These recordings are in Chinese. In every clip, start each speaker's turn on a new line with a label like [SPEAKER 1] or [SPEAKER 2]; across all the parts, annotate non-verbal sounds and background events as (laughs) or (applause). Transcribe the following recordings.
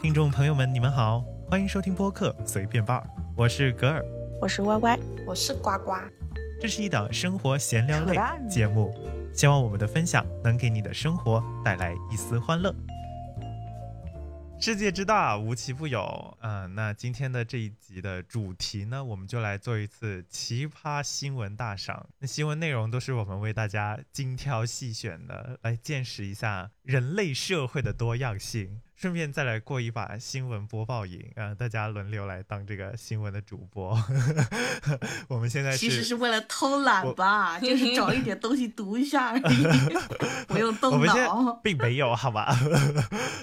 [SPEAKER 1] 听众朋友们，你们好，欢迎收听播客随便吧，我是格尔，
[SPEAKER 2] 我是歪歪，
[SPEAKER 3] 我是呱呱。
[SPEAKER 1] 这是一档生活闲聊类节目，希望我们的分享能给你的生活带来一丝欢乐。世界之大，无奇不有啊、呃！那今天的这一集的主题呢，我们就来做一次奇葩新闻大赏。那新闻内容都是我们为大家精挑细选的，来见识一下人类社会的多样性，顺便再来过一把新闻播报瘾啊、呃！大家轮流来当这个新闻的主播。 (laughs) 我们现在
[SPEAKER 4] 其实是为了偷懒吧，就是找一点东西读一下而已， (laughs) 不用动
[SPEAKER 1] 我
[SPEAKER 4] 脑。
[SPEAKER 1] 们现在 (laughs) 并没有，好吧？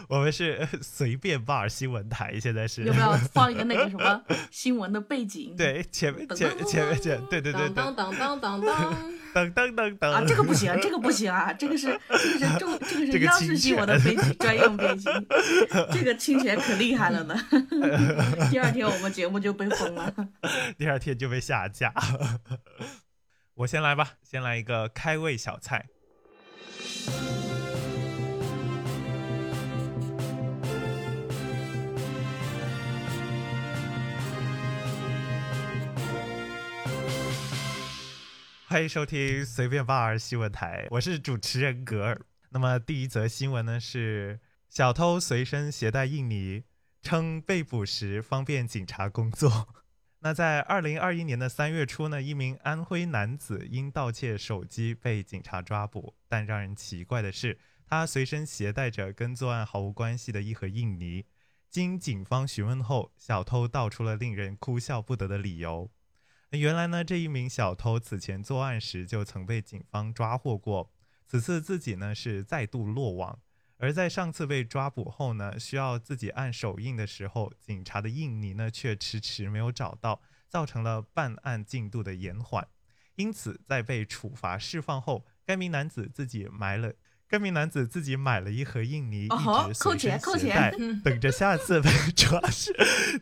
[SPEAKER 1] 我们是。随便吧，新闻台现在是
[SPEAKER 4] 要不要放一个那个什么新闻的背景？
[SPEAKER 1] 对，前面前前面前，对对对对，
[SPEAKER 3] 当当当当当
[SPEAKER 1] 当当当当
[SPEAKER 4] (laughs) 啊！这个不行，这个不行啊！这个是这个是重这个是央视新闻的背景，专用背景。这个侵权可厉害了呢！ (laughs) 第二天我们节目就被封了，
[SPEAKER 1] 第二天就被下架。我先来吧，先来一个开胃小菜。欢迎收听随便吧儿新闻台，我是主持人格尔。那么第一则新闻呢是小偷随身携带印泥，称被捕时方便警察工作。那在二零二一年的三月初呢，一名安徽男子因盗窃手机被警察抓捕，但让人奇怪的是，他随身携带着跟作案毫无关系的一盒印泥。经警方询问后，小偷道出了令人哭笑不得的理由。原来呢，这一名小偷此前作案时就曾被警方抓获过，此次自己呢是再度落网。而在上次被抓捕后呢，需要自己按手印的时候，警察的印泥呢却迟迟没有找到，造成了办案进度的延缓。因此，在被处罚释放后，该名男子自己埋了。该名男子自己买了一盒印尼，一直
[SPEAKER 4] 哦扣钱扣钱，
[SPEAKER 1] (laughs)
[SPEAKER 4] 嗯
[SPEAKER 1] 等着下次被抓时，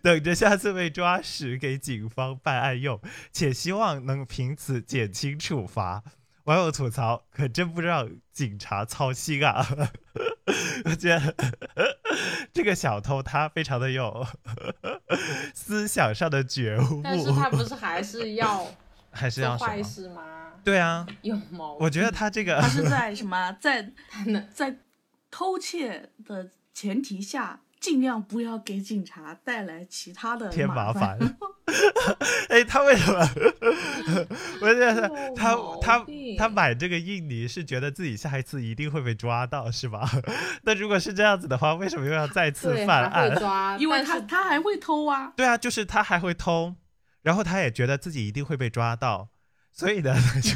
[SPEAKER 1] 等着下次被抓时给警方办案用，且希望能凭此减轻处罚。网友吐槽：可真不让警察操心啊！ (laughs) 我觉得这个小偷他非常的有 (laughs) 思想上的觉悟，
[SPEAKER 3] 但是他不是还
[SPEAKER 1] (laughs)
[SPEAKER 3] 是要
[SPEAKER 1] 还是要啊
[SPEAKER 3] 坏事吗？
[SPEAKER 1] 对啊，
[SPEAKER 3] 有毛！
[SPEAKER 1] 我觉得他这个，
[SPEAKER 4] 他是在什么，
[SPEAKER 3] (laughs)
[SPEAKER 4] 在在偷窃的前提下，尽量不要给警察带来其他的
[SPEAKER 1] 添麻
[SPEAKER 4] 烦。
[SPEAKER 1] (laughs) 哎，他为什么？ (laughs) 我觉得他他他买这个印尼是觉得自己下一次一定会被抓到，是吧？ (laughs) 那如果是这样子的话，为什么又要再次犯案？
[SPEAKER 3] 抓
[SPEAKER 4] 因为他他还会偷啊。
[SPEAKER 1] 对啊，就是他还会偷，然后他也觉得自己一定会被抓到。所以呢，他
[SPEAKER 4] (laughs)
[SPEAKER 1] 就，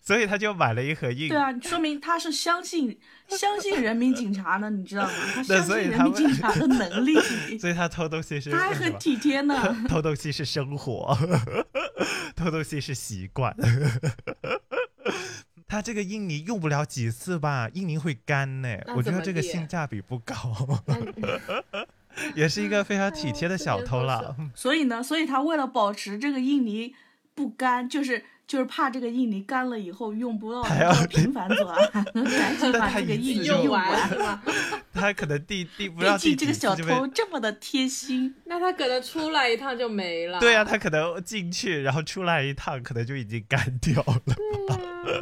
[SPEAKER 1] 所以他就买了一盒印。
[SPEAKER 4] 对啊，说明他是相信相信人民警察呢，你知道吗？
[SPEAKER 1] (laughs)
[SPEAKER 4] 他相信人民警察的能力。
[SPEAKER 1] 所以他偷东西是。
[SPEAKER 4] 他还很啊体贴
[SPEAKER 1] (laughs)
[SPEAKER 4] 呢。
[SPEAKER 1] 偷东西是生活，偷东西是习惯。 (laughs) 他这个印尼用不了几次吧，印尼会干呢。我觉得这个性价比不高。 (laughs) 也是一个非常体贴
[SPEAKER 4] 哎
[SPEAKER 1] 的小偷了。
[SPEAKER 4] 所以呢，所以他为了保持这个印尼。不干就是就是怕这个印泥干了以后用不到，
[SPEAKER 1] 还要
[SPEAKER 4] 频繁作
[SPEAKER 1] (laughs)
[SPEAKER 4] 案，赶紧把这个印泥用
[SPEAKER 3] 完
[SPEAKER 4] 是吧？
[SPEAKER 1] (laughs) 他可能第第不让第
[SPEAKER 4] 这个小偷这么的贴心，
[SPEAKER 3] (laughs) 那他可能出来一趟就没了。
[SPEAKER 1] 对呀、啊，他可能进去然后出来一趟，可能就已经干掉了。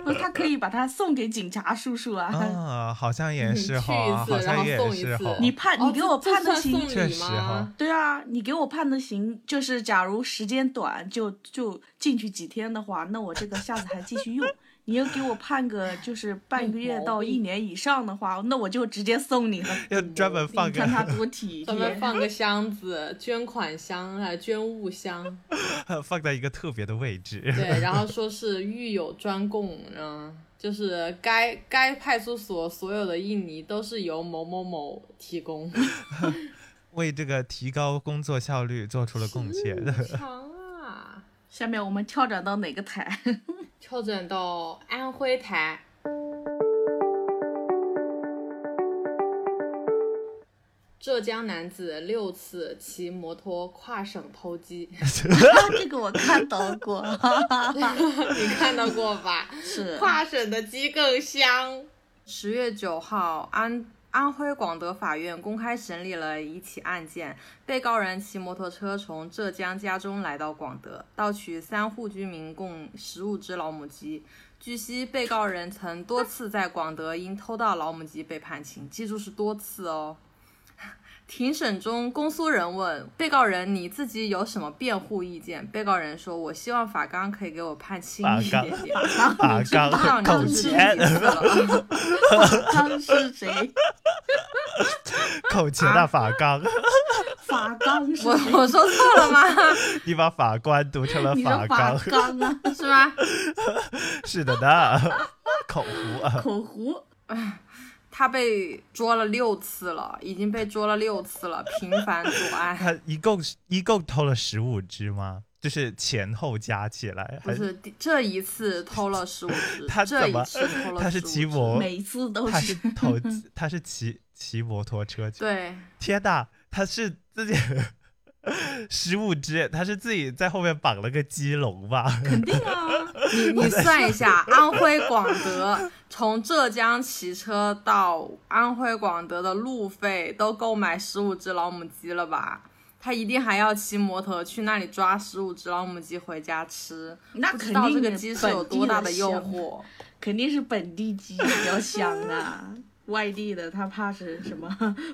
[SPEAKER 4] 不是，他可以把它送给警察叔叔
[SPEAKER 1] (laughs)
[SPEAKER 4] 啊！
[SPEAKER 1] 啊，好像也是哈，好像也是哈。
[SPEAKER 4] 你
[SPEAKER 3] 哦
[SPEAKER 4] 判，你给我判的刑，
[SPEAKER 1] 确实哈。
[SPEAKER 4] 对啊，你给我判的刑就是，假如时间短，就就进去几天的话，那我这个下次还继续用。你要给我判个就是半个月到一年以上的话，那我就直接送你了。
[SPEAKER 1] 要专门放个，
[SPEAKER 4] 看他多体贴，
[SPEAKER 3] 专门放个箱子，捐款箱啊，捐物箱，
[SPEAKER 1] (laughs) 放在一个特别的位置。
[SPEAKER 3] 对，然后说
[SPEAKER 1] (laughs)
[SPEAKER 3] 是狱友专供，嗯，就是该该派出所所有的印尼都是由某某某提供，
[SPEAKER 1] 为这个提高工作效率做出了贡献。
[SPEAKER 3] 长啊！
[SPEAKER 4] 下面我们跳转到哪个台？
[SPEAKER 3] 调整到安徽台。浙江男子六次骑摩托跨省偷鸡， (laughs) 嗯
[SPEAKER 4] 这个我看到过，
[SPEAKER 3] 你看到过吧？ (laughs)
[SPEAKER 4] 是
[SPEAKER 3] 跨省的鸡更香。十月九号，安。安徽广德法院公开审理了一起案件，被告人骑摩托车从浙江家中来到广德，盗取三户居民共十五只老母鸡。据悉，被告人曾多次在广德因偷盗老母鸡被判刑，记住是多次哦。 (laughs) 庭审中，公诉人问被告人：“你自己有什么辩护意见？”被告人说：“我希望法官可以给我判轻一
[SPEAKER 1] 法
[SPEAKER 3] 点
[SPEAKER 1] 官
[SPEAKER 3] 点。”
[SPEAKER 4] 然后
[SPEAKER 1] (laughs) 法
[SPEAKER 3] (laughs) 知道
[SPEAKER 1] 纲
[SPEAKER 3] 啊你
[SPEAKER 1] 口
[SPEAKER 3] 是第
[SPEAKER 1] 前
[SPEAKER 3] 几，次了？
[SPEAKER 4] 刚是谁？
[SPEAKER 1] 口
[SPEAKER 3] 啊
[SPEAKER 1] 前的法纲， (laughs)
[SPEAKER 4] 法纲是
[SPEAKER 3] 我
[SPEAKER 4] 谁？
[SPEAKER 3] 我说错了吗？ (laughs)
[SPEAKER 1] 你把法官读成了
[SPEAKER 4] 你
[SPEAKER 1] 法
[SPEAKER 4] 的
[SPEAKER 1] 纲
[SPEAKER 4] 法，纲啊，
[SPEAKER 3] 是吗？
[SPEAKER 1] (laughs) 是的呢， (laughs) 口胡啊，
[SPEAKER 4] 口胡。
[SPEAKER 3] 他被捉了六次了，已经被捉了六次了，频繁作案。
[SPEAKER 1] 他一共是一共偷了十五只吗？就是前后加起来，
[SPEAKER 3] 不
[SPEAKER 1] 还
[SPEAKER 3] 是第这一次偷了十五只，
[SPEAKER 1] 他
[SPEAKER 3] 这
[SPEAKER 1] 怎
[SPEAKER 3] 一
[SPEAKER 1] 么
[SPEAKER 3] 次偷了
[SPEAKER 1] 他是
[SPEAKER 3] 15
[SPEAKER 1] 骑
[SPEAKER 3] 只
[SPEAKER 1] 摩，
[SPEAKER 4] 每次都
[SPEAKER 1] 他
[SPEAKER 4] 是
[SPEAKER 1] 是投，他是骑骑摩托车去，
[SPEAKER 3] 对，
[SPEAKER 1] 天呐，他是自己十五只，他是自己在后面绑了个鸡笼吧？
[SPEAKER 4] 肯定啊，
[SPEAKER 3] 你 (laughs) 你算一下，安徽广德从浙江骑车到安徽广德的路费都够买十五只老母鸡了吧？他一定还要骑摩托去那里抓十五只老母鸡回家吃，
[SPEAKER 4] 那
[SPEAKER 3] 不
[SPEAKER 4] 肯
[SPEAKER 3] 知道这
[SPEAKER 4] 定
[SPEAKER 3] 个
[SPEAKER 4] 的
[SPEAKER 3] 鸡是
[SPEAKER 4] 本
[SPEAKER 3] 有
[SPEAKER 4] 地
[SPEAKER 3] 多大
[SPEAKER 4] 的
[SPEAKER 3] 的诱
[SPEAKER 4] 香
[SPEAKER 3] 惑。
[SPEAKER 4] 肯定是本地鸡比较香啊。外地的他怕是什么？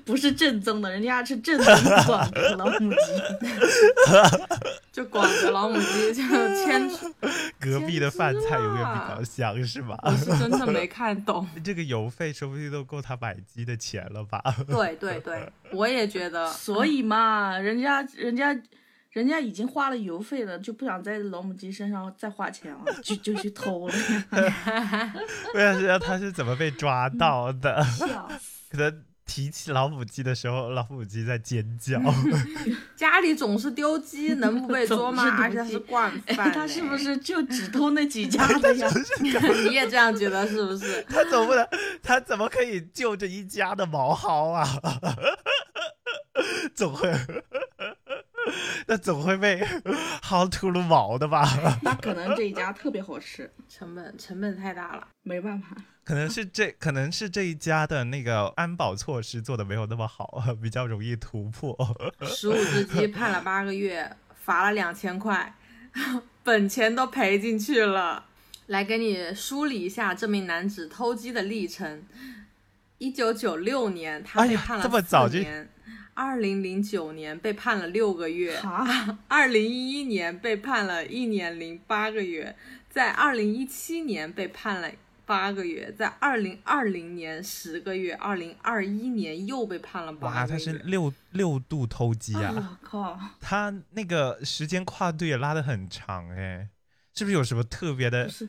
[SPEAKER 4] 不是正宗的，人家是正宗的广州老母鸡。
[SPEAKER 3] 就广德老母鸡就牵出，
[SPEAKER 1] 隔壁的饭菜永远比
[SPEAKER 3] 简
[SPEAKER 1] 较
[SPEAKER 3] 直
[SPEAKER 1] 香，是吧？
[SPEAKER 3] 我是真的没看懂。
[SPEAKER 1] 这个邮费说不定都够他买鸡的钱了吧？
[SPEAKER 3] (laughs)
[SPEAKER 1] (laughs)
[SPEAKER 3] 对对对，我也觉得，
[SPEAKER 4] 所以嘛，人家人家人家已经花了邮费了，就不想在老母鸡身上再花钱了，就就去偷了。
[SPEAKER 1] 我想知道他是怎么被抓到的，
[SPEAKER 4] 笑死！
[SPEAKER 1] (laughs) 可能提起老母鸡的时候，老母鸡在尖叫。
[SPEAKER 3] 家里总是丢鸡，能不 (laughs) 被捉吗
[SPEAKER 4] 总？是丢
[SPEAKER 3] 而且他
[SPEAKER 4] 鸡
[SPEAKER 3] 是惯
[SPEAKER 4] (laughs) 哎，
[SPEAKER 3] 犯呢，
[SPEAKER 4] 他是不是就只偷那几家的呀？ (laughs)
[SPEAKER 3] 你也这样觉得是不是？
[SPEAKER 1] 他总不能，他怎么可以就着一家的毛薅啊？ (laughs) 总会， (laughs) 那总会被薅秃噜毛的吧？
[SPEAKER 4] 那可能这一家特别好吃，
[SPEAKER 3] 成本成本太大了。
[SPEAKER 4] 没办 (laughs) 法。
[SPEAKER 1] 可能是这，可能是这一家的那个安保措施做的没有那么好，比较容易突破。
[SPEAKER 3] 十五只鸡判了八个月，罚了两千块， (laughs) 本钱都赔进去了。来给你梳理一下这名男子偷鸡的历程。一九九六年，他
[SPEAKER 1] 哎
[SPEAKER 3] 被
[SPEAKER 1] 呀
[SPEAKER 3] 判了
[SPEAKER 1] 这么早
[SPEAKER 3] 四
[SPEAKER 1] 就
[SPEAKER 3] 年。二零零九年被判了六个月，
[SPEAKER 4] 哈，
[SPEAKER 3] 二零一一年被判了一年零八个月，在二零一七年被判了八个月，在二零二零年十个月，二零二一年又被判了八
[SPEAKER 1] 哇，
[SPEAKER 3] 个月。
[SPEAKER 1] 他是六六度偷鸡啊！
[SPEAKER 4] 我靠！
[SPEAKER 1] 他那个时间跨度也拉得很长哎、是不是有什么特别的
[SPEAKER 4] 不？是，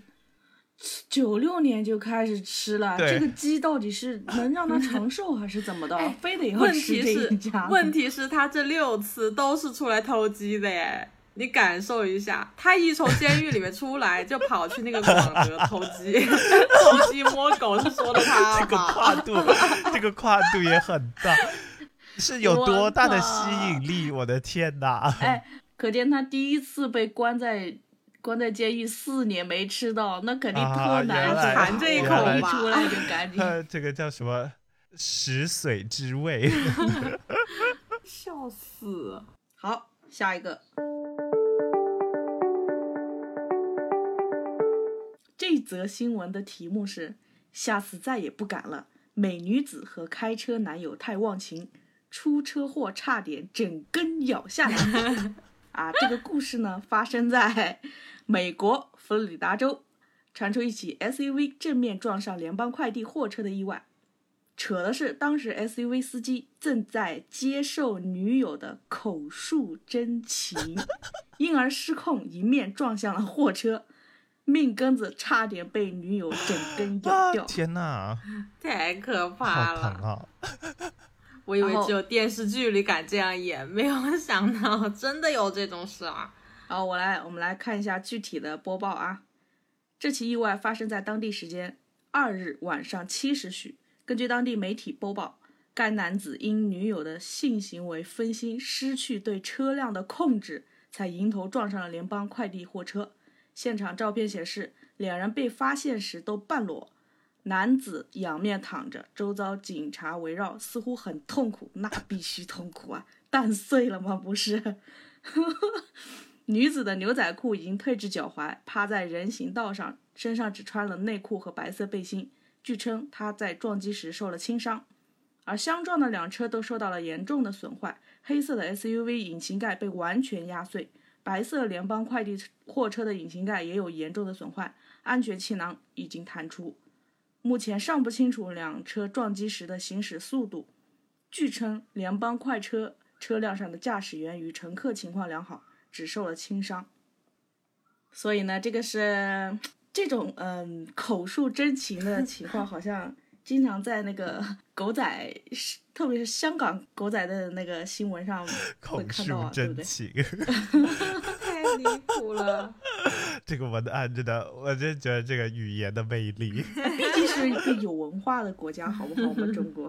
[SPEAKER 4] 九六年就开始吃了，
[SPEAKER 1] 对
[SPEAKER 4] 这个鸡到底是能让它长寿还是怎么的？
[SPEAKER 3] 哎
[SPEAKER 4] 非得要
[SPEAKER 3] 问
[SPEAKER 4] 吃
[SPEAKER 3] 题
[SPEAKER 4] 这
[SPEAKER 3] 是
[SPEAKER 4] 一家？，
[SPEAKER 3] 问
[SPEAKER 4] (laughs)
[SPEAKER 3] 题是他这六次都是出来偷鸡的耶。你感受一下，他一从监狱里面出来，就跑去那个广德偷鸡， (laughs) 偷鸡摸狗是说的他
[SPEAKER 1] 这个
[SPEAKER 3] 吧？
[SPEAKER 1] 跨度，这个跨度也很
[SPEAKER 4] (laughs)
[SPEAKER 1] 大，是有多大的吸引力？我的天哪！
[SPEAKER 4] 哎，可见他第一次被关在关在监狱四年没吃到，那肯定
[SPEAKER 1] 啊
[SPEAKER 4] 特难
[SPEAKER 1] 原来
[SPEAKER 4] 受。
[SPEAKER 3] 馋这一口吧
[SPEAKER 4] 一出来
[SPEAKER 1] (laughs)
[SPEAKER 4] 就赶紧。
[SPEAKER 1] 呃，这个叫什么食髓知
[SPEAKER 4] (laughs)
[SPEAKER 1] 味？
[SPEAKER 3] 笑死！
[SPEAKER 4] 好，下一个。这则新闻的题目是：下次再也不敢了。美女子和开车男友太忘情，出车祸差点整根咬下来。啊，这个故事呢发生在美国佛罗里达州，传出一起 SUV 正面撞上联邦快递货车的意外。扯的是，当时 SUV 司机正在接受女友的口述真情，因而失控，迎面撞向了货车，命根子差点被女友整根咬
[SPEAKER 1] 啊
[SPEAKER 4] 掉。
[SPEAKER 1] 天哪，
[SPEAKER 3] 太可怕
[SPEAKER 1] 好
[SPEAKER 3] 了！
[SPEAKER 1] 疼啊！
[SPEAKER 3] 我以为
[SPEAKER 4] 然后
[SPEAKER 3] 只有电视剧里敢这样演，没有想到真的有这种事啊儿。
[SPEAKER 4] 然后我来，我们来看一下具体的播报啊。这起意外发生在当地时间二日晚上七时许。根据当地媒体播报，该男子因女友的性行为分心，失去对车辆的控制，才迎头撞上了联邦快递货车。现场照片显示，两人被发现时都半裸，男子仰面躺着，周遭警察围绕，似乎很痛苦。那必须痛苦啊！ (laughs) 蛋碎了吗？不是。 (laughs) 女子的牛仔裤已经退至脚踝，趴在人行道上，身上只穿了内裤和白色背心。据称，她在撞击时受了轻伤，而相撞的两车都受到了严重的损坏。黑色的 SUV 引擎盖被完全压碎，白色联邦快递货车的引擎盖也有严重的损坏，安全气囊已经弹出。目前尚不清楚两车撞击时的行驶速度。据称，联邦快车车辆上的驾驶员与乘客情况良好，只受了轻伤。所以呢，这个是这种嗯口述真
[SPEAKER 1] (laughs)
[SPEAKER 4] 情的情况，好像经常在那个狗仔，是特别是香港狗仔的那个新闻上会
[SPEAKER 1] 口
[SPEAKER 4] 看到
[SPEAKER 1] 述
[SPEAKER 4] 啊，对不
[SPEAKER 1] 真
[SPEAKER 4] 对？
[SPEAKER 1] 情， (laughs)
[SPEAKER 3] 太离谱了。
[SPEAKER 1] 这个文案真的，我真觉得这个语言的魅力。
[SPEAKER 4] (laughs) 毕竟是一个有文化的国家，好不好？我们中国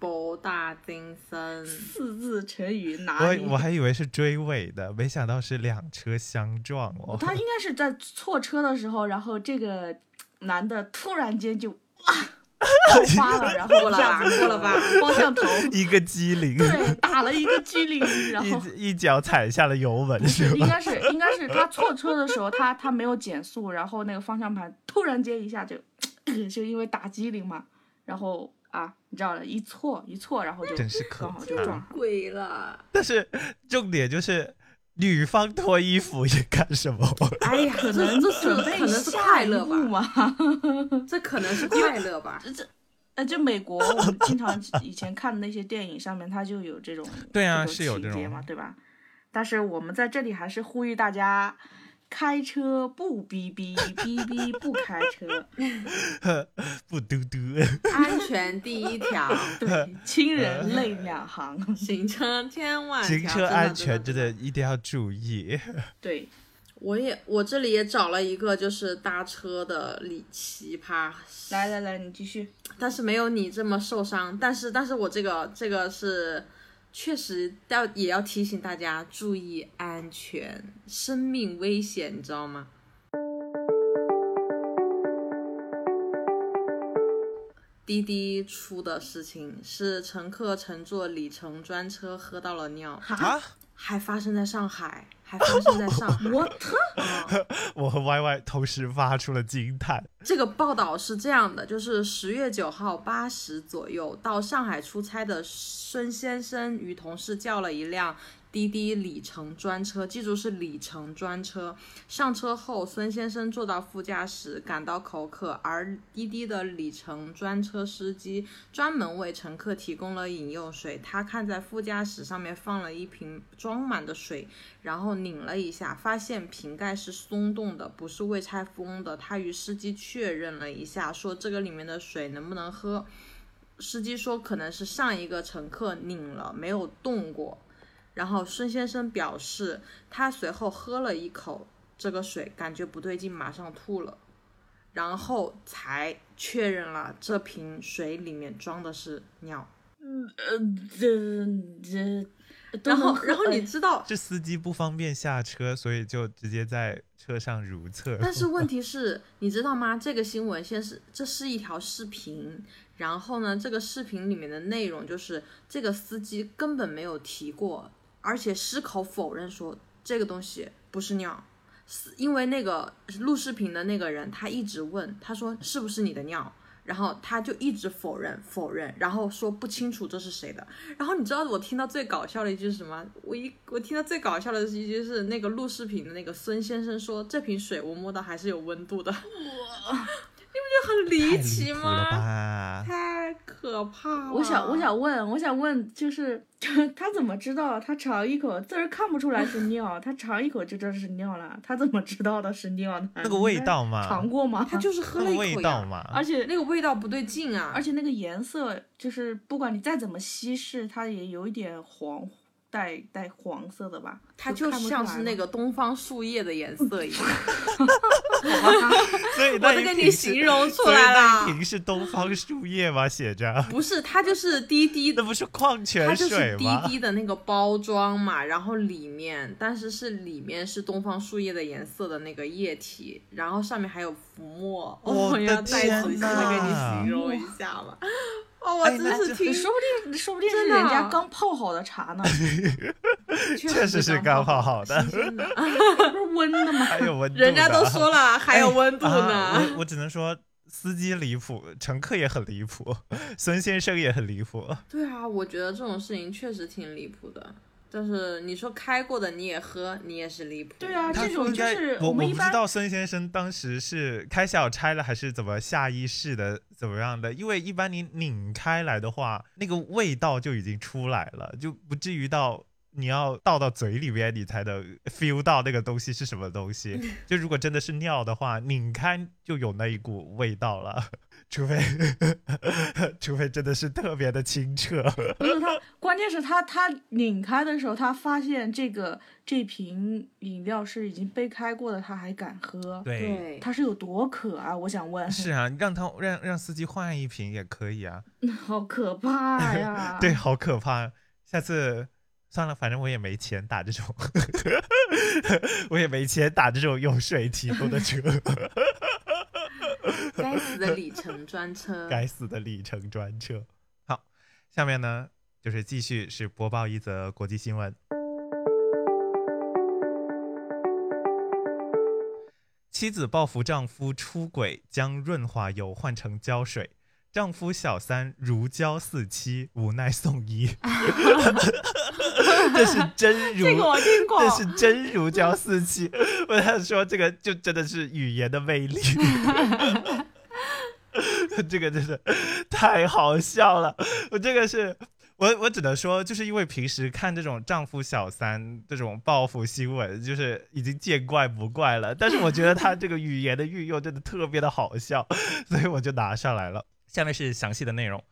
[SPEAKER 3] 博大精深，
[SPEAKER 4] 四字成语哪里？
[SPEAKER 1] 我我还以为是追尾的，没想到是两车相撞哦。
[SPEAKER 4] (laughs) 他应该是在错车的时候，然后这个男的突然间就哇爆发了，然后
[SPEAKER 3] 过了吧，
[SPEAKER 4] 这样子
[SPEAKER 3] 过了吧。
[SPEAKER 4] 方向头
[SPEAKER 1] (laughs) 一个机灵，
[SPEAKER 4] 对打了一个激灵，然后
[SPEAKER 1] 一一脚踩下了油门，是
[SPEAKER 4] 应
[SPEAKER 1] 吧？
[SPEAKER 4] 该是应该是他错车的时候，他他没有减速，然后那个方向盘突然间一下就 (clears throat) 就因为打激灵嘛，然后啊，你知道的，一错一错，然后就
[SPEAKER 1] 真是可
[SPEAKER 4] 刚好就
[SPEAKER 1] 怕
[SPEAKER 4] 撞上。
[SPEAKER 3] 鬼了，
[SPEAKER 1] 但是重点就是，女方脱衣服也干什么？
[SPEAKER 3] (laughs)
[SPEAKER 4] 哎呀，可能
[SPEAKER 3] 这是
[SPEAKER 4] 准备
[SPEAKER 3] 可能是快乐吧
[SPEAKER 4] 下一步嘛。
[SPEAKER 3] 这可能是快乐吧？
[SPEAKER 4] 呃，就美国，我们经常以前看的那些电影上面，它就有这种
[SPEAKER 1] 对啊
[SPEAKER 4] 种
[SPEAKER 1] 是有这
[SPEAKER 4] 情节
[SPEAKER 1] 种
[SPEAKER 4] 嘛，对吧？但是我们在这里还是呼吁大家，开车不逼逼，逼逼不开车， (laughs)
[SPEAKER 1] 不嘟嘟，
[SPEAKER 3] 安全第
[SPEAKER 1] (laughs)
[SPEAKER 3] 一条，
[SPEAKER 4] 对，亲
[SPEAKER 1] 嗯
[SPEAKER 4] 人泪两行， (laughs)
[SPEAKER 3] 行车千万条，
[SPEAKER 1] 行车
[SPEAKER 3] 真的
[SPEAKER 1] 安全真
[SPEAKER 3] 的。
[SPEAKER 1] 的一定要注意。
[SPEAKER 4] 对，
[SPEAKER 3] 我也我这里也找了一个就是搭车的里奇葩，
[SPEAKER 4] 来来来，你继续，
[SPEAKER 3] 但是没有你这么受伤，但是但是我这个这个是确实要也要提醒大家注意安全，生命危险，你知道吗？滴滴出的事情是乘客乘坐里程专车喝到了尿，
[SPEAKER 1] 啊！
[SPEAKER 3] 还发生在上海，还发生在上海。 (laughs)
[SPEAKER 4] 我特
[SPEAKER 1] (laughs) 我和 Y Y 同时发出了惊叹。
[SPEAKER 3] 这个报道是这样的，就是十月九号八时左右到上海出差的孙先生与同事叫了一辆滴滴里程专车，记住是里程专车。上车后，孙先生坐到副驾驶，感到口渴，而滴滴的里程专车司机专门为乘客提供了饮用水。他看在副驾驶上面放了一瓶装满的水，然后拧了一下，发现瓶盖是松动的，不是未拆封的。他与司机确认了一下，说这个里面的水能不能喝？司机说可能是上一个乘客拧了，没有动过。然后孙先生表示，他随后喝了一口这个水，感觉不对劲，马上吐了，然后才确认了这瓶水里面装的是尿。
[SPEAKER 4] 呃这这，都
[SPEAKER 3] 然后
[SPEAKER 4] 能，
[SPEAKER 3] 然后
[SPEAKER 4] 喝
[SPEAKER 3] 你知道，
[SPEAKER 1] 这司机不方便下车，所以就直接在车上如厕。
[SPEAKER 3] 但是问题是，你知道吗？这个新闻先是这是一条视频，然后呢，这个视频里面的内容就是这个司机根本没有提过，而且矢口否认说这个东西不是尿，是因为那个录视频的那个人他一直问，他说是不是你的尿。然后他就一直否认否认，然后说不清楚这是谁的。然后你知道我听到最搞笑的一句是什么？我一我听到最搞笑的一句是那个录视频的那个孙先生说：“这瓶水我摸到还是有温 (laughs) 度的。”你不觉得很
[SPEAKER 1] 太
[SPEAKER 3] 离
[SPEAKER 1] 离
[SPEAKER 3] 奇
[SPEAKER 1] 谱了
[SPEAKER 3] 吗？
[SPEAKER 1] 吧？
[SPEAKER 3] 太可怕了！
[SPEAKER 4] 我想，我，想问，我想问，就是 (laughs) 他怎么知道他尝一口，自然看不出来是尿，他尝一口就知道是尿了，他怎么知道的是尿呢？
[SPEAKER 1] 那个味道嘛，
[SPEAKER 4] 尝过吗？
[SPEAKER 3] 他就是喝
[SPEAKER 1] 那
[SPEAKER 3] 了
[SPEAKER 1] 个
[SPEAKER 3] 一
[SPEAKER 1] 味
[SPEAKER 3] 口
[SPEAKER 1] 道
[SPEAKER 3] 呀，
[SPEAKER 1] 嘛
[SPEAKER 4] (laughs) 而，且
[SPEAKER 3] 那个味道不对劲啊！
[SPEAKER 4] 而且那个颜色，就是不管你再怎么稀释，它也有一点黄，带带黄色的吧？
[SPEAKER 3] 它就
[SPEAKER 4] 看不出
[SPEAKER 3] 像
[SPEAKER 4] 来
[SPEAKER 3] 是
[SPEAKER 4] 了
[SPEAKER 3] 那个东方树叶的颜色一样，
[SPEAKER 1] (laughs) 所以
[SPEAKER 3] 我
[SPEAKER 1] 那
[SPEAKER 3] 都
[SPEAKER 1] 一
[SPEAKER 3] 给你
[SPEAKER 1] 瓶是
[SPEAKER 3] 形容出
[SPEAKER 1] 所以
[SPEAKER 3] 来
[SPEAKER 1] 那
[SPEAKER 3] 了
[SPEAKER 1] 一。瓶是东方树叶吗？写着，
[SPEAKER 3] 不是，它就是滴滴
[SPEAKER 1] 那不是矿
[SPEAKER 3] 它
[SPEAKER 1] 泉
[SPEAKER 3] 就是
[SPEAKER 1] 水
[SPEAKER 3] 滴
[SPEAKER 1] 吗？
[SPEAKER 3] 滴的那个包装嘛，然后里面，但是是里面是东方树叶的颜色的那个液体，然后上面还有浮墨。
[SPEAKER 1] 我的
[SPEAKER 3] 要再
[SPEAKER 1] 天
[SPEAKER 3] 仔细
[SPEAKER 1] 呐
[SPEAKER 3] 的给你形容一下吧。哦，我
[SPEAKER 1] 哎
[SPEAKER 3] 真
[SPEAKER 1] 那
[SPEAKER 3] 是
[SPEAKER 1] 这
[SPEAKER 4] (laughs)
[SPEAKER 3] 听
[SPEAKER 4] 说不定说不定是
[SPEAKER 3] 真的
[SPEAKER 4] 人家刚泡好的茶呢，
[SPEAKER 1] 确实是刚泡好的，
[SPEAKER 3] 新鲜的，
[SPEAKER 4] 不是温
[SPEAKER 1] (laughs)
[SPEAKER 4] 的吗？
[SPEAKER 1] 还哎有温度的。
[SPEAKER 3] (laughs) 人家都说了还有温
[SPEAKER 1] (laughs)
[SPEAKER 3] 度
[SPEAKER 1] 哎啊
[SPEAKER 3] 呢。
[SPEAKER 1] 我我只能说，司机离谱，乘客也很离谱，孙先生也很离谱。
[SPEAKER 3] 对啊，我觉得这种事情确实挺离谱的。但是你说开过的你也喝，你也是离谱。
[SPEAKER 4] 对啊
[SPEAKER 1] 他
[SPEAKER 4] 这种
[SPEAKER 1] 应该
[SPEAKER 4] 就是
[SPEAKER 1] 我
[SPEAKER 4] 我们
[SPEAKER 1] 不
[SPEAKER 4] 一
[SPEAKER 1] 知
[SPEAKER 4] 般
[SPEAKER 1] 道孙先生当时是开小差了还是怎么下意识的怎么样的，因为一般你拧开来的话，那个味道就已经出来了，就不至于到。你要倒到嘴里边，你才能 feel 到那个东西是什么东西。
[SPEAKER 4] 嗯
[SPEAKER 1] 就如果真的是尿的话，拧开就有那一股味道了，除非 (laughs) 除非真的是特别的清澈。
[SPEAKER 4] (laughs) 不是他，关键是他他拧开的时候，他发现这个这瓶饮料是已经被开过的，他还敢喝，
[SPEAKER 3] 对，
[SPEAKER 4] 他是有多渴啊？我想问，
[SPEAKER 1] 是啊，让他让让司机换一瓶也可以啊。
[SPEAKER 4] (laughs) 好可怕
[SPEAKER 1] (laughs)
[SPEAKER 4] 呀！
[SPEAKER 1] 对，，好可怕。下次算了，反正我也没钱打这种， (laughs) 我也没钱打这种用水提供的车，
[SPEAKER 3] (laughs) 该死的里程专
[SPEAKER 1] (laughs)
[SPEAKER 3] 车。
[SPEAKER 1] 该死的里程专车。好，下面呢就是继续是播报一则国际新闻。妻子报复丈夫出轨，将润滑油换成胶水，丈夫小三如胶似漆，无奈送
[SPEAKER 3] (laughs)
[SPEAKER 1] 医。 (laughs) 这是真如，
[SPEAKER 3] 这个我听过
[SPEAKER 1] 这是真如胶似漆。我想说，这个就真的是语言的魅力。这个真的太好笑了，我这个是我我只能说，就是因为平时看这种丈夫小三这种报复新闻，就是已经见怪不怪了。但是我觉得他这个语言的运用真的特别的好笑，所以我就拿上来了。下面是详细的内容。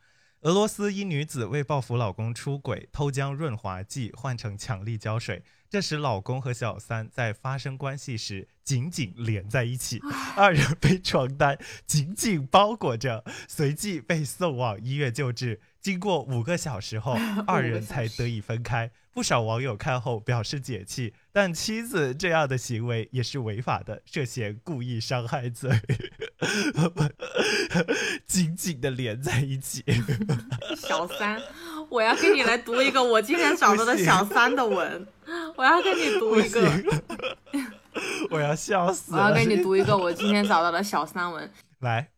[SPEAKER 1] 俄罗斯一女子为报复老公出轨，偷将润滑剂换成强力胶水。这时，老公和小三在发生关系时紧紧连在一起， (laughs) 二人被床单紧紧包裹着，随即被送往医院救治。经过 (laughs) 五个小时后，二人才得以分开。不少网友看后表示解气，但妻子这样的行为也是违法的，涉嫌故意伤害罪。 (laughs) 紧紧的连在一起，
[SPEAKER 3] 小三，我要跟你来读一个我今天找到的小三的文，我要跟你读
[SPEAKER 1] 不
[SPEAKER 3] 一
[SPEAKER 1] 行
[SPEAKER 3] 个，，
[SPEAKER 1] (laughs) 我要笑死
[SPEAKER 3] 我
[SPEAKER 1] 了。
[SPEAKER 3] 要跟你读一个我今天找到的小三文。
[SPEAKER 1] 来，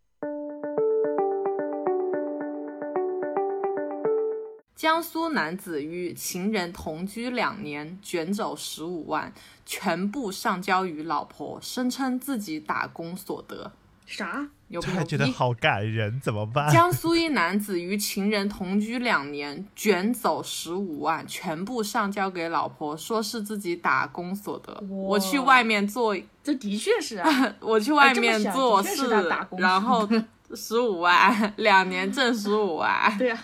[SPEAKER 3] 江苏男子与情人同居两年，卷走十五万，全部上交于老婆，声称自己打工所得。
[SPEAKER 4] 啥？
[SPEAKER 3] 牛不
[SPEAKER 1] 突
[SPEAKER 3] 牛
[SPEAKER 1] 然觉得
[SPEAKER 3] 逼？
[SPEAKER 1] 好感人，怎么办？
[SPEAKER 3] (laughs) 江苏一男子与情人同居两年，卷走十五万，全部上交给老婆，说是自己打工所得。我去外面做
[SPEAKER 4] 这的确
[SPEAKER 3] (laughs)
[SPEAKER 4] 是啊，
[SPEAKER 3] 我去外
[SPEAKER 4] 哎这么
[SPEAKER 3] 面
[SPEAKER 4] 想
[SPEAKER 3] 做
[SPEAKER 4] 的确
[SPEAKER 3] 事
[SPEAKER 4] 是在打，工
[SPEAKER 3] 然后十五万，两年挣十五
[SPEAKER 4] (laughs)
[SPEAKER 3] 万，
[SPEAKER 4] 对呀、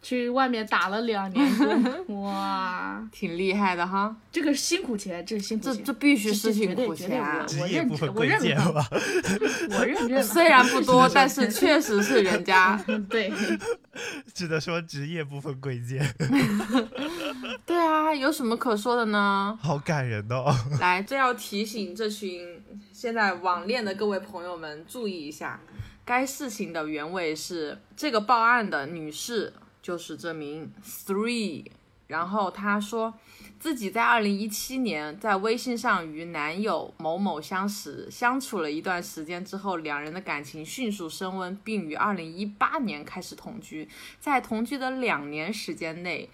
[SPEAKER 4] 去外面打了两年工，哇，
[SPEAKER 3] 挺厉害的哈。
[SPEAKER 4] 这个辛苦钱，这是辛苦
[SPEAKER 3] 这
[SPEAKER 4] 钱，
[SPEAKER 3] 这必须
[SPEAKER 4] 这
[SPEAKER 3] 是
[SPEAKER 4] 这
[SPEAKER 3] 辛
[SPEAKER 4] 绝对
[SPEAKER 3] 苦
[SPEAKER 4] 绝
[SPEAKER 3] 钱
[SPEAKER 4] 对
[SPEAKER 3] 啊
[SPEAKER 4] 我
[SPEAKER 1] 职
[SPEAKER 4] 我
[SPEAKER 1] 业
[SPEAKER 4] 认
[SPEAKER 1] 不
[SPEAKER 4] 这
[SPEAKER 1] 分
[SPEAKER 4] 我
[SPEAKER 1] 贵
[SPEAKER 4] 认
[SPEAKER 1] 贱
[SPEAKER 4] 了，
[SPEAKER 1] 吧？
[SPEAKER 4] 我认 (laughs) 认了。
[SPEAKER 3] 虽然不多，但 (laughs) 是
[SPEAKER 4] 是
[SPEAKER 3] 确实是人
[SPEAKER 4] (laughs)
[SPEAKER 3] 家。
[SPEAKER 4] 对，
[SPEAKER 1] (laughs) 只能说职业不分贵贱， (laughs)
[SPEAKER 3] 对啊，有什么可说的呢？
[SPEAKER 1] 好感人哦。
[SPEAKER 3] 来，这要提醒这群现在网恋的各位朋友们注意一下，该事情的原委是这个报案的女士就是这名 Three，然后她说自己在二零一七年在微信上与男友某某相识，相处了一段时间之后，两人的感情迅速升温，并于二零一八年开始同居，在同居的两年时间内。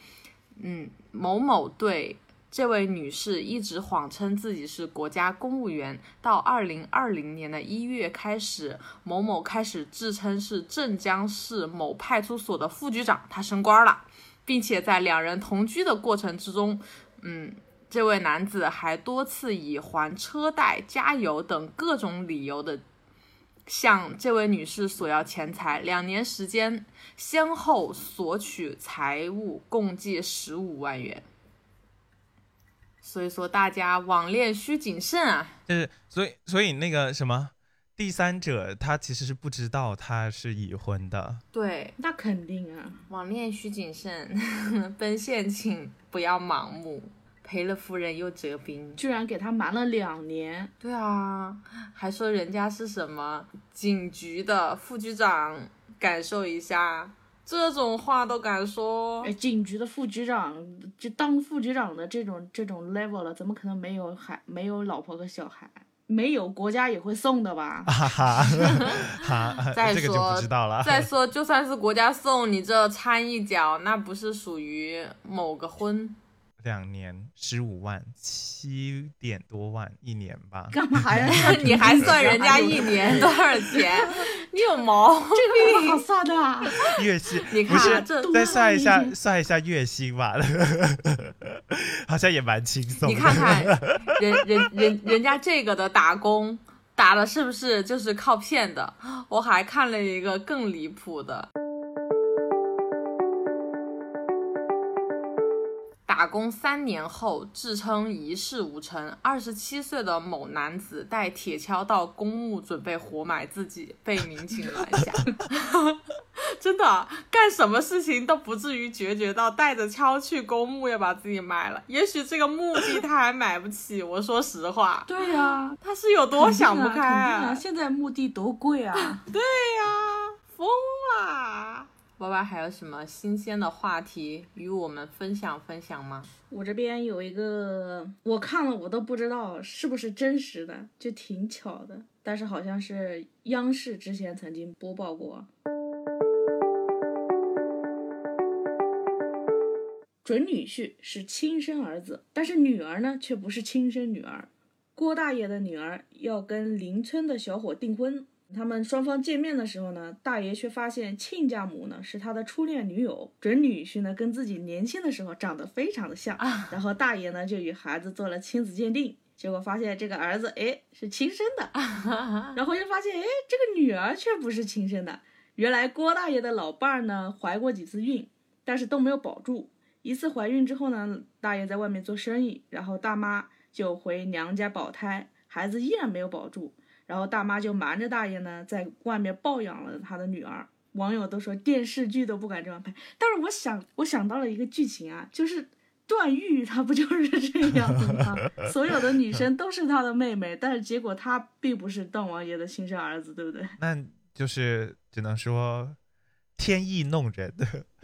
[SPEAKER 3] 嗯，某某对这位女士一直谎称自己是国家公务员，到二零二零年的一月开始，某某开始自称是镇江市某派出所的副局长，他升官了，并且在两人同居的过程之中，嗯，这位男子还多次以还车贷、加油等各种理由的。向这位女士索要钱财，两年时间先后索取财物共计十五万元。所以说大家网恋需谨慎啊。
[SPEAKER 1] 就是所以所以那个什么，第三者他其实是不知道他是已婚的，
[SPEAKER 3] 对，
[SPEAKER 4] 那肯定啊，
[SPEAKER 3] 网恋需谨慎， (laughs) 奔现请不要盲目，赔了夫人又折兵。
[SPEAKER 4] 居然给他瞒了两年，
[SPEAKER 3] 对啊，还说人家是什么警局的副局长，感受一下，这种话都敢说
[SPEAKER 4] 哎，。警局的副局长就当副局长的这种这种 level 了，怎么可能没有孩没有老婆和小孩？没有国家也会送的吧？
[SPEAKER 1] (laughs) 哈哈 (laughs)
[SPEAKER 3] (laughs)
[SPEAKER 1] 哈，呃
[SPEAKER 3] 再
[SPEAKER 1] 这个就
[SPEAKER 3] 说
[SPEAKER 1] 不知道了。
[SPEAKER 3] 再说，就算是国家送你这掺一脚，那不是属于某个婚？ (laughs)
[SPEAKER 1] 两年十五万，七点多万一年吧。
[SPEAKER 4] 干嘛呀？
[SPEAKER 3] (laughs) 你还算人家一年多少钱？ (laughs) 你有毛？ (laughs)
[SPEAKER 4] 这个有什么好算的啊？
[SPEAKER 1] 月薪，
[SPEAKER 3] 你
[SPEAKER 1] 不是
[SPEAKER 3] 看啊这
[SPEAKER 1] 再算一下，算一下月薪吧， (laughs) 好像也蛮轻松的。
[SPEAKER 3] 你看看人人人人家这个的打工打的是不是就是靠骗的？我还看了一个更离谱的，打工三年后自称一事无成，二十七岁的某男子带铁锹到公墓准备活埋自己，被民警拦下。 (laughs) 真的，啊干什么事情都不至于决绝到带着锹去公墓要把自己埋了。也许这个墓地他还买不起，我说实话，
[SPEAKER 4] 对呀、啊，
[SPEAKER 3] 他是有多想不
[SPEAKER 4] 肯定
[SPEAKER 3] 开
[SPEAKER 4] 啊肯定
[SPEAKER 3] 啊
[SPEAKER 4] 啊！现在墓地多贵啊！
[SPEAKER 3] 对呀、疯啦！Y Y 还有什么新鲜的话题与我们分享分享吗？
[SPEAKER 4] 我这边有一个，我看了我都不知道是不是真实的，就挺巧的。但是好像是央视之前曾经播报过，准女婿是亲生儿子，但是女儿呢却不是亲生女儿。郭大爷的女儿要跟邻村的小伙订婚，他们双方见面的时候呢，大爷却发现亲家母呢是他的初恋女友，准女婿呢跟自己年轻的时候长得非常的像，然后大爷呢就与孩子做了亲子鉴定，结果发现这个儿子哎是亲生的，然后又发现哎这个女儿却不是亲生的，原来郭大爷的老伴儿呢怀过几次孕，但是都没有保住，一次怀孕之后呢，大爷在外面做生意，然后大妈就回娘家保胎，孩子依然没有保住，然后大妈就瞒着大爷呢，在外面抱养了他的女儿。网友都说电视剧都不敢这样拍，但是我想，我想到了一个剧情啊，就是段誉他不就是这样吗？ (laughs) 所有的女生都是他的妹妹，但是结果他并不是段王爷的亲生儿子，对不对？
[SPEAKER 1] (laughs)
[SPEAKER 4] (laughs)
[SPEAKER 1] 那就是只能说天意弄人，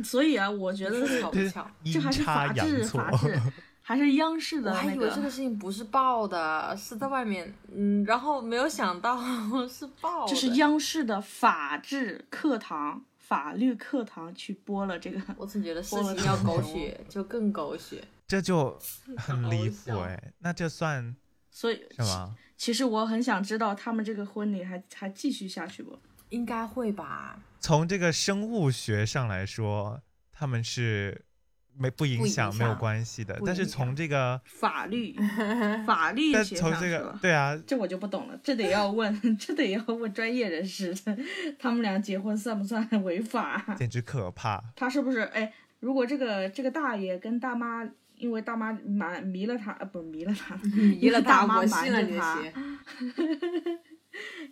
[SPEAKER 4] 所以啊，我觉得
[SPEAKER 3] 巧不巧？
[SPEAKER 1] 阴
[SPEAKER 4] 这还是
[SPEAKER 1] 差
[SPEAKER 4] 法
[SPEAKER 1] 阳
[SPEAKER 4] 治，
[SPEAKER 1] 错
[SPEAKER 4] 法。治还是央视
[SPEAKER 3] 我
[SPEAKER 4] 的
[SPEAKER 3] 还
[SPEAKER 4] 那
[SPEAKER 3] 以为这个
[SPEAKER 4] 个。
[SPEAKER 3] 事情不是报的，是在外面，嗯，然后没有想到 (laughs) 是报的。
[SPEAKER 4] 这是央视的法治课堂、法律课堂去播了这个。
[SPEAKER 3] 我总觉得事情要狗血，就更狗血。
[SPEAKER 1] (laughs) 这就很离
[SPEAKER 3] 好
[SPEAKER 1] 谱
[SPEAKER 3] 笑
[SPEAKER 1] 哎，那这算
[SPEAKER 4] 所以
[SPEAKER 1] 什么？
[SPEAKER 4] 其实我很想知道他们这个婚礼还还继续下去不？
[SPEAKER 3] 应该会 (laughs) 吧？
[SPEAKER 1] 从这个生物学上来说，他们是没不影
[SPEAKER 3] 不影
[SPEAKER 1] 响、没有
[SPEAKER 3] 响
[SPEAKER 1] 关系的，
[SPEAKER 3] 不
[SPEAKER 1] 但
[SPEAKER 3] 影
[SPEAKER 1] 是从
[SPEAKER 3] 响
[SPEAKER 1] 这个，
[SPEAKER 4] 法律，法律
[SPEAKER 1] 但
[SPEAKER 4] 学
[SPEAKER 1] 从
[SPEAKER 4] 上
[SPEAKER 1] 这
[SPEAKER 4] 是
[SPEAKER 1] 个
[SPEAKER 4] 吧，
[SPEAKER 1] 对啊，
[SPEAKER 4] 这我就不懂了，这得要问，这得要问专业人士，他们俩结婚算不算违法？
[SPEAKER 1] 简直可怕。
[SPEAKER 4] 他是不是？哎，如果这个这个大爷跟大妈，因为大妈瞒迷了他，呃，不是迷了他，
[SPEAKER 3] 迷了
[SPEAKER 4] 大
[SPEAKER 3] 妈，
[SPEAKER 4] 妈
[SPEAKER 3] 我信
[SPEAKER 4] 瞒
[SPEAKER 3] 了
[SPEAKER 4] 着
[SPEAKER 3] 你的
[SPEAKER 4] 他
[SPEAKER 3] 邪。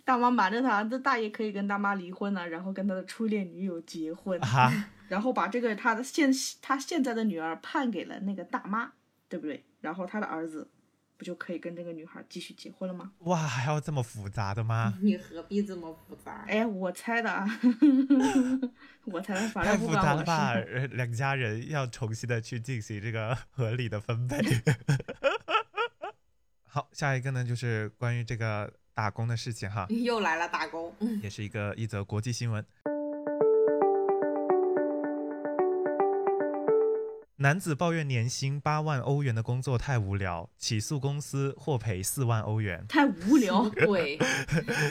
[SPEAKER 4] 大妈瞒着他，这大爷可以跟大妈离婚了，然后跟他的初恋女友结婚，
[SPEAKER 1] 啊，
[SPEAKER 4] 然后把这个他的现他现在的女儿判给了那个大妈，对不对？然后他的儿子不就可以跟这个女孩继续结婚了吗？
[SPEAKER 1] 哇，还要这么复杂的吗？
[SPEAKER 3] 你何必这么复杂？
[SPEAKER 4] 哎，我猜的啊， (laughs) 我猜的，反
[SPEAKER 1] 太
[SPEAKER 4] 正不
[SPEAKER 1] 复杂
[SPEAKER 4] 管
[SPEAKER 1] 了
[SPEAKER 4] 我
[SPEAKER 1] 吧！
[SPEAKER 4] 是。
[SPEAKER 1] 呃两家人要重新的去进行这个合理的分配。 (laughs) 好，下一个呢，就是关于这个打工的事情哈，
[SPEAKER 3] 又来了打工，
[SPEAKER 1] 也是一个一则国际新闻。男子抱怨年薪八万欧元的工作太无聊，起诉公司获赔四万欧
[SPEAKER 3] (laughs)
[SPEAKER 1] 元，
[SPEAKER 4] 太无
[SPEAKER 1] (laughs)
[SPEAKER 3] 什么
[SPEAKER 4] 聊，
[SPEAKER 3] 鬼？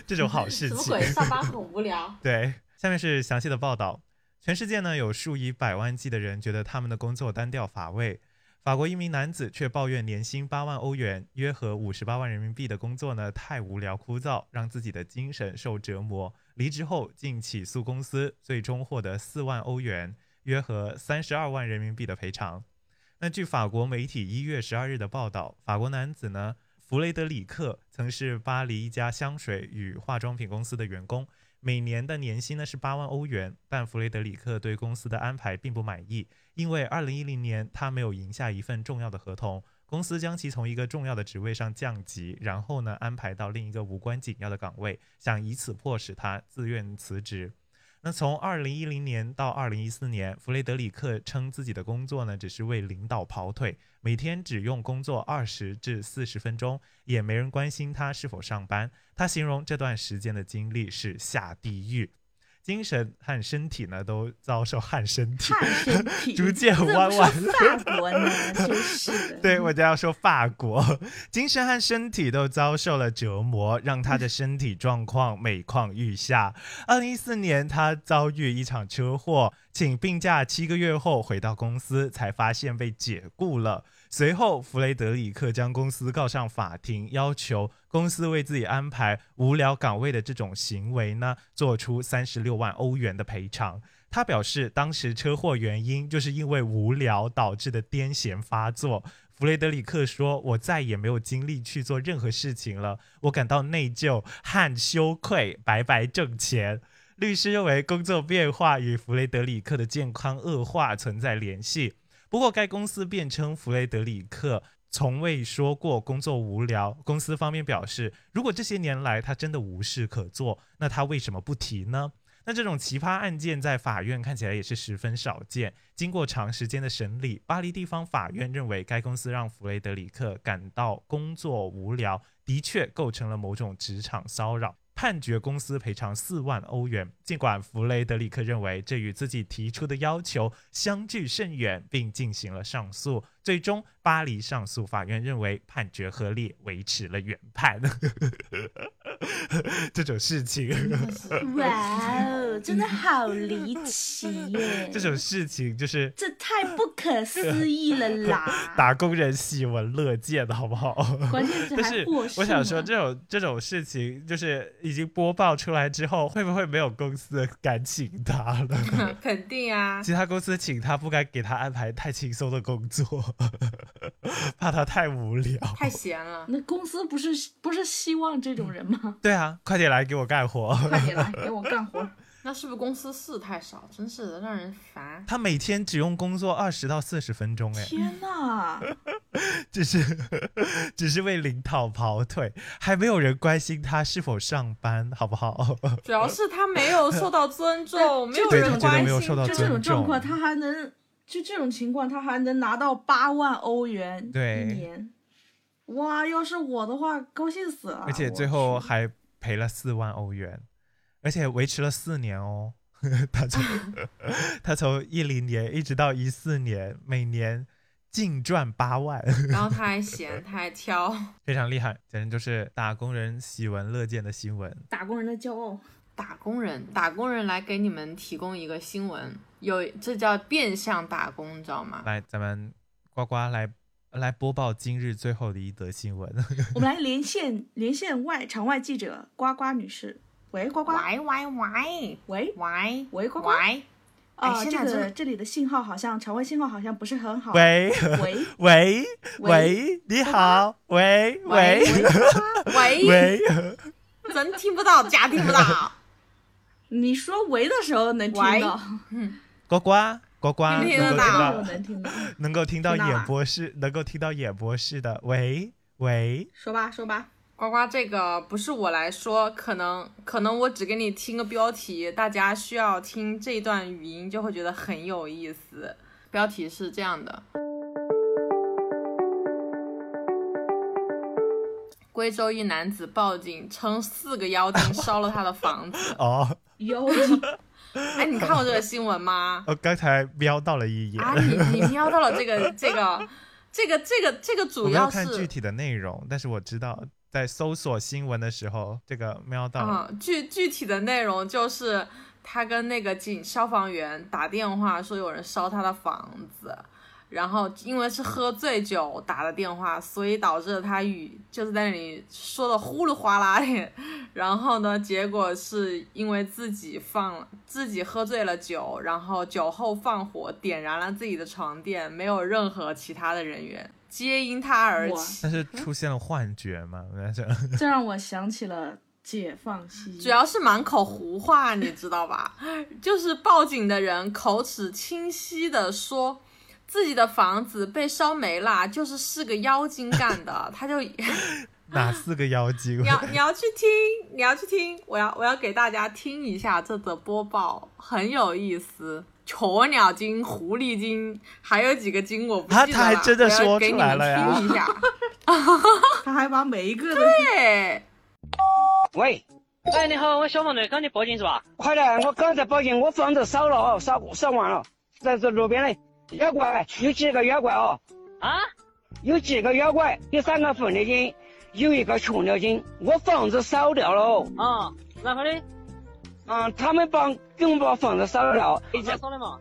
[SPEAKER 1] 这种好事
[SPEAKER 3] 什么
[SPEAKER 1] 情
[SPEAKER 3] 鬼？。上班很无聊。
[SPEAKER 1] 对，下面是详细的报道。全世界呢有数以百万计的人觉得他们的工作单调乏味。法国一名男子却抱怨年薪八万欧元（约合五十八万人民币）的工作呢太无聊枯燥，让自己的精神受折磨。离职后竟起诉公司，最终获得四万欧元（约合三十二万人民币）的赔偿。那据法国媒体一月十二日的报道，法国男子呢弗雷德里克曾是巴黎一家香水与化妆品公司的员工，每年的年薪呢是八万欧元。但弗雷德里克对公司的安排并不满意，因为二零一零年他没有赢下一份重要的合同，公司将其从一个重要的职位上降级，然后呢安排到另一个无关紧要的岗位，想以此迫使他自愿辞职。那从二零一零年到二零一四年，弗雷德里克称自己的工作呢，只是为领导跑腿，每天只用工作二十至四十分钟，也没人关心他是否上班。他形容这段时间的经历是下地狱，精神和身体呢都遭受 (laughs) 汗身体，
[SPEAKER 4] 看身
[SPEAKER 1] (laughs)
[SPEAKER 4] 体，
[SPEAKER 1] 逐渐
[SPEAKER 4] 怎么
[SPEAKER 1] 弯
[SPEAKER 4] 说 (laughs)
[SPEAKER 1] 弯。
[SPEAKER 4] 法国
[SPEAKER 1] (laughs)
[SPEAKER 4] 呢，真是的。
[SPEAKER 1] 对，我就要说法国， (laughs) 精神和身体都遭受了折磨，让他的身体状况每况愈下。二零一四年，他遭遇一场车祸，请病假七个月后回到公司，才发现被解雇了。随后，弗雷德里克将公司告上法庭，要求公司为自己安排无聊岗位的这种行为呢，做出三十六万欧元的赔偿。他表示，当时车祸原因就是因为无聊导致的癫痫发作。弗雷德里克说：“我再也没有精力去做任何事情了，我感到内疚和羞愧，白白挣钱。”律师认为工作变化与弗雷德里克的健康恶化存在联系。不过，该公司辩称弗雷德里克从未说过工作无聊。公司方面表示，如果这些年来他真的无事可做，那他为什么不提呢？那这种奇葩案件在法院看起来也是十分少见。经过长时间的审理，巴黎地方法院认为该公司让弗雷德里克感到工作无聊，的确构成了某种职场骚扰，判决公司赔偿四万欧元。尽管弗雷德里克认为这与自己提出的要求相距甚远，并进行了上诉，最终巴黎上诉法院认为判决合理，维持了原判。 (laughs) 这种事情。
[SPEAKER 4] 哇哦，真的好离奇耶！
[SPEAKER 1] (laughs) 这种事情就是
[SPEAKER 4] 这太不可思议了啦！
[SPEAKER 1] (laughs) 打工人喜闻乐见的好不好？
[SPEAKER 4] 关键是
[SPEAKER 1] 但
[SPEAKER 4] 还
[SPEAKER 1] 是
[SPEAKER 4] 获
[SPEAKER 1] 我
[SPEAKER 4] 胜
[SPEAKER 1] 想
[SPEAKER 4] 啊
[SPEAKER 1] 说，这种这种事情就是已经播报出来之后，会不会没有公司敢请他了？
[SPEAKER 3] (laughs) 肯定啊，
[SPEAKER 1] 其他公司请他不敢给他安排太轻松的工作， (laughs) 怕他太无聊。
[SPEAKER 3] 太闲了，
[SPEAKER 4] 那公司不是不是希望这种人吗？
[SPEAKER 1] 对啊，快点来给我干活！
[SPEAKER 4] 快点来给我干活！
[SPEAKER 3] 那是不是公司事太少？真是的，让人烦。
[SPEAKER 1] 他每天只用工作二十到四十分钟，哎，
[SPEAKER 4] (laughs) 天哪，
[SPEAKER 1] 只是只是为领导跑腿，还没有人关心他是否上班，好不好？
[SPEAKER 3] 主要是他没有受到尊
[SPEAKER 1] (laughs)
[SPEAKER 3] 重，没有
[SPEAKER 1] 对
[SPEAKER 3] 人
[SPEAKER 1] 他觉得
[SPEAKER 3] 关
[SPEAKER 1] 没有
[SPEAKER 3] 心，
[SPEAKER 1] 受到
[SPEAKER 4] 就这种
[SPEAKER 1] 尊
[SPEAKER 4] 状
[SPEAKER 1] 重
[SPEAKER 4] 况，他还能就这种情况，他还能拿到八万欧元
[SPEAKER 1] 对
[SPEAKER 4] 一年。哇，要是我的话，高兴死了。
[SPEAKER 1] 而且最
[SPEAKER 4] 啊
[SPEAKER 1] 后
[SPEAKER 4] 我去
[SPEAKER 1] 还赔了四万欧元，而且维持了四年哦。 (laughs) 他
[SPEAKER 4] (laughs)
[SPEAKER 1] 从他从一零年一直到一四年，每年净赚八万， (laughs)
[SPEAKER 3] 然后他还闲，他还挑，
[SPEAKER 1] 非常厉害，简直就是打工人喜闻乐见的新闻。
[SPEAKER 4] 打工人的骄傲，
[SPEAKER 3] 打工人，打工人来给你们提供一个新闻，有这叫变相打工，你知道吗？
[SPEAKER 1] 来，咱们呱呱来来播报今日最后的一则新闻。
[SPEAKER 4] (laughs)
[SPEAKER 1] (laughs)
[SPEAKER 4] 我们来连线连线外场外记者呱呱女士，喂呱呱，
[SPEAKER 3] 喂喂喂
[SPEAKER 4] 喂
[SPEAKER 3] 喂
[SPEAKER 4] 喂呱呱
[SPEAKER 3] 喂，
[SPEAKER 4] 啊、
[SPEAKER 1] 哦
[SPEAKER 3] 哎现在
[SPEAKER 4] 这
[SPEAKER 3] 真
[SPEAKER 4] 个
[SPEAKER 3] 的
[SPEAKER 4] 这里的信号好像场外信号好像不是很好。
[SPEAKER 1] 喂
[SPEAKER 4] (laughs) 喂
[SPEAKER 1] 喂
[SPEAKER 4] 喂
[SPEAKER 1] 喂，你好，喂
[SPEAKER 3] 喂
[SPEAKER 1] 喂
[SPEAKER 3] 喂，
[SPEAKER 1] 喂，
[SPEAKER 3] 真听不到，假听不到，
[SPEAKER 4] 你说喂的时候能听
[SPEAKER 1] (laughs)
[SPEAKER 3] 喂
[SPEAKER 4] 到，
[SPEAKER 1] 呱呱呱呱，能够
[SPEAKER 3] 你听
[SPEAKER 1] 听
[SPEAKER 3] 得到
[SPEAKER 1] 到
[SPEAKER 4] 我能听到。
[SPEAKER 1] 能够听到
[SPEAKER 3] 听到
[SPEAKER 1] 演
[SPEAKER 3] 啦
[SPEAKER 1] 播室，能够听到演播室的喂喂，
[SPEAKER 4] 说吧说吧，
[SPEAKER 3] 呱呱，这个不是我来说，可能可能我只给你听个标题，大家需要听这段语音就会觉得很有意思。标题是这样的：贵州一男子报警称四个妖精烧了他的房 (laughs) 子。
[SPEAKER 1] 哦，
[SPEAKER 4] 有 (laughs)
[SPEAKER 3] 哎，你看过这个新闻吗？
[SPEAKER 1] 我哦刚才瞄到了 (laughs) 一眼，
[SPEAKER 3] 啊，你你瞄到了这个这个这个这个这个
[SPEAKER 1] 我
[SPEAKER 3] 主
[SPEAKER 1] 没有
[SPEAKER 3] 要
[SPEAKER 1] 看具
[SPEAKER 3] 是。
[SPEAKER 1] 体的内容，但是我知道在搜索新闻的时候，这个瞄到了，
[SPEAKER 3] 啊、具具体的内容就是他跟那个警消防员打电话说有人烧他的房子，然后因为是喝醉酒打的电话，所以导致了他语就是在那里说的呼噜哗啦的。然后呢，结果是因为自己放了自己喝醉了酒，然后酒后放火点燃了自己的床垫，没有任何其他的人员皆因他而
[SPEAKER 4] 哇
[SPEAKER 3] 起。
[SPEAKER 1] 但是出现了幻觉嘛？ (laughs) 那
[SPEAKER 3] (laughs)
[SPEAKER 1] 是
[SPEAKER 4] 这让我想起了解放西。
[SPEAKER 3] 主要是满口胡话，你知道吧？ (laughs) 就是报警的人口齿清晰的说。自己的房子被烧没啦，就是是个妖精干的， (laughs) 他就你
[SPEAKER 1] 哪四个妖精？ (laughs)
[SPEAKER 3] 要你要去听，你要去听，我要我要给大家听一下这则播报，很有意思。鸵鸟精、狐狸精，还有几个精我不记得
[SPEAKER 1] 啊
[SPEAKER 3] 了，
[SPEAKER 1] 他还真的
[SPEAKER 3] 我要
[SPEAKER 1] 说
[SPEAKER 3] 给
[SPEAKER 1] 出
[SPEAKER 3] 你
[SPEAKER 1] 来
[SPEAKER 3] 们
[SPEAKER 1] 了呀
[SPEAKER 3] 听一
[SPEAKER 1] (laughs)
[SPEAKER 3] 下，
[SPEAKER 4] 他还把每一个的
[SPEAKER 3] 对。
[SPEAKER 2] 喂，
[SPEAKER 5] 哎，你好，我小王队，刚你报警是吧？
[SPEAKER 2] 快来！我刚才报警，我房子烧了哦，烧烧完了，在这路边嘞。妖怪有几个妖怪哦？
[SPEAKER 5] 啊，
[SPEAKER 2] 有几个妖怪？有三个狐狸精，有一个穷鸟精。我房子烧掉了哦，
[SPEAKER 5] 啊，然后呢？
[SPEAKER 2] 嗯，他们把给我们把房子烧掉，
[SPEAKER 5] 你在说的嘛？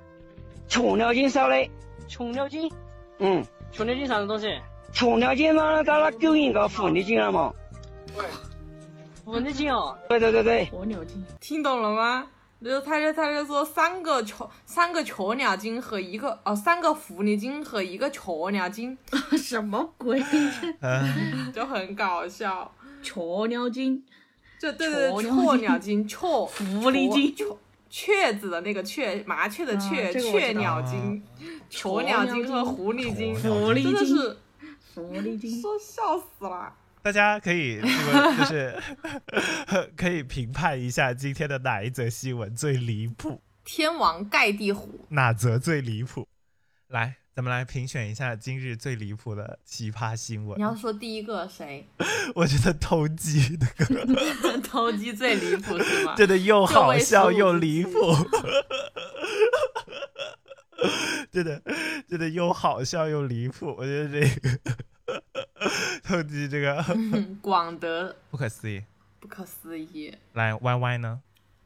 [SPEAKER 2] 穷鸟精烧的。
[SPEAKER 5] 穷鸟精，
[SPEAKER 2] 嗯，
[SPEAKER 5] 穷鸟精啥子东西？
[SPEAKER 2] 穷鸟精嘛，到了勾引个狐狸精了嘛？
[SPEAKER 5] 狐狸精哦，
[SPEAKER 2] 对对对对，
[SPEAKER 4] 火牛精，
[SPEAKER 3] 听懂了吗？就是他就他就说三个球三个球鸟精和一个哦三个狐狸精和一个球鸟精
[SPEAKER 4] (laughs) 什么鬼？ (laughs)
[SPEAKER 1] 嗯，
[SPEAKER 3] 就很搞笑。
[SPEAKER 4] 鸵鸟精，
[SPEAKER 3] 就对对
[SPEAKER 4] 球
[SPEAKER 3] 对，
[SPEAKER 4] 鸟
[SPEAKER 3] 雀鸟精、
[SPEAKER 4] 精
[SPEAKER 3] 雀狐
[SPEAKER 4] 狸精
[SPEAKER 3] 雀雀子的那个雀，麻雀的雀，
[SPEAKER 4] 啊这个我知道
[SPEAKER 3] 雀鸟精、球鸟精和狐狸精，
[SPEAKER 1] 球
[SPEAKER 4] 狐
[SPEAKER 3] 真
[SPEAKER 4] 狸
[SPEAKER 3] 的
[SPEAKER 4] 精，
[SPEAKER 3] 是
[SPEAKER 4] 狐狸精，
[SPEAKER 3] 说笑死了。
[SPEAKER 1] 大家可以这
[SPEAKER 3] (laughs)
[SPEAKER 1] 个就是 (laughs) 可以评判一下今天的哪一则新闻最离谱，
[SPEAKER 3] 天王盖地虎，
[SPEAKER 1] 哪则最离谱？来，咱们来评选一下今日最离谱的奇葩新闻
[SPEAKER 3] 你。要说第一个谁
[SPEAKER 1] 我觉得偷鸡那个
[SPEAKER 3] (laughs) 偷鸡最离谱是吗？
[SPEAKER 1] 真的又好笑又离谱， (laughs) 真的真的又好笑又离谱。我觉得这个偷鸡这个
[SPEAKER 3] 嗯广德
[SPEAKER 1] (laughs) 不可思议。
[SPEAKER 3] 不可思议。
[SPEAKER 1] 来，Y Y 呢？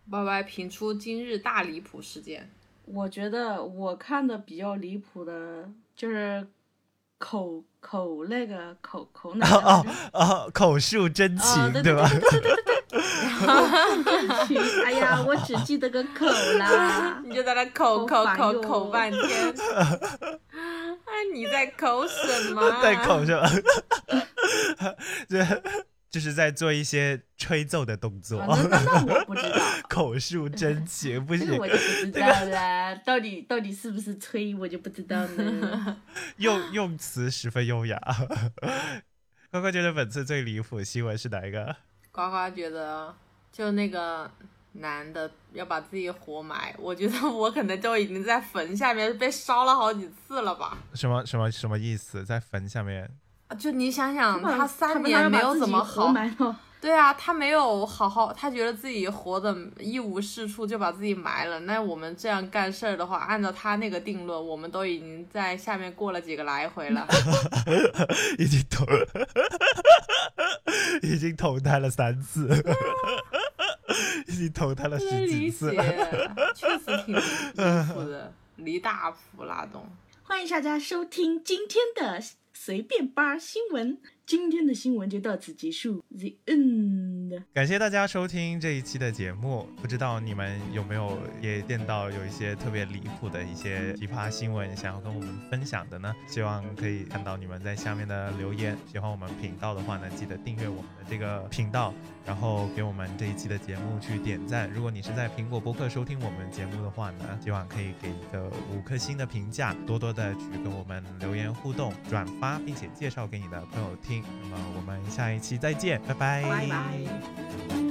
[SPEAKER 3] Y Y 评出今日大离谱事件，
[SPEAKER 4] 我觉得我看的比较离谱的就是口口那个口
[SPEAKER 3] (laughs)
[SPEAKER 4] 口奶
[SPEAKER 1] 哦
[SPEAKER 4] 茶
[SPEAKER 1] 哦哦，口述真情、
[SPEAKER 4] 哦对
[SPEAKER 1] 啊对
[SPEAKER 4] 对
[SPEAKER 1] 吧？
[SPEAKER 4] (laughs) 去，哎呀，我只记得个口
[SPEAKER 3] (laughs)
[SPEAKER 4] 啦。
[SPEAKER 3] 你就在那口口
[SPEAKER 4] 好烦
[SPEAKER 3] 口
[SPEAKER 4] 哟
[SPEAKER 3] 口半天。 (laughs) 哎，你在口什
[SPEAKER 1] (laughs)
[SPEAKER 3] 么？啊
[SPEAKER 1] 在口述，这就是在做一些吹奏的动作
[SPEAKER 4] 啊，那那那我不知道，
[SPEAKER 1] (laughs) 口述真情不
[SPEAKER 4] 这
[SPEAKER 1] 行
[SPEAKER 4] 个，我就不知道啦。到底到底是不是吹，我就不知道
[SPEAKER 3] (laughs)
[SPEAKER 4] 呢。
[SPEAKER 1] 用用词十分优雅。 (laughs) 乖乖觉得本次最离谱新闻是哪一个？
[SPEAKER 3] 呱呱觉得，就那个男的要把自己活埋，我觉得我可能都已经在坟下面被烧了好几次了吧。
[SPEAKER 1] 什么什么什么意思？在坟下面？
[SPEAKER 3] 啊就你想想，
[SPEAKER 4] 把
[SPEAKER 3] 他三年没有怎么好，
[SPEAKER 4] 买到
[SPEAKER 3] 对啊，他没有好好，他觉得自己活得一无是处，就把自己埋了。那我们这样干事儿的话，按照他那个定论，我们都已经在下面过了几个来回了。
[SPEAKER 1] (laughs) 已经投， (laughs) 已经投胎了三次， (laughs) 已经投胎了 (laughs)
[SPEAKER 3] 真
[SPEAKER 1] 十几
[SPEAKER 3] 理解
[SPEAKER 1] 次。，
[SPEAKER 3] 确实挺离谱的，离大谱拉动。
[SPEAKER 4] 欢迎大家收听今天的随便吧新闻。今天的新闻就到此结束，the end。
[SPEAKER 1] 感谢大家收听这一期的节目，不知道你们有没有也见到有一些特别离谱的一些奇葩新闻，想要跟我们分享的呢？希望可以看到你们在下面的留言。喜欢我们频道的话呢，记得订阅我们的这个频道，然后给我们这一期的节目去点赞。如果你是在苹果播客收听我们节目的话呢，希望可以给一个五颗星的评价，多多的去跟我们留言互动、转发，并且介绍给你的朋友听。那么我们下一期再见，拜
[SPEAKER 4] 拜拜。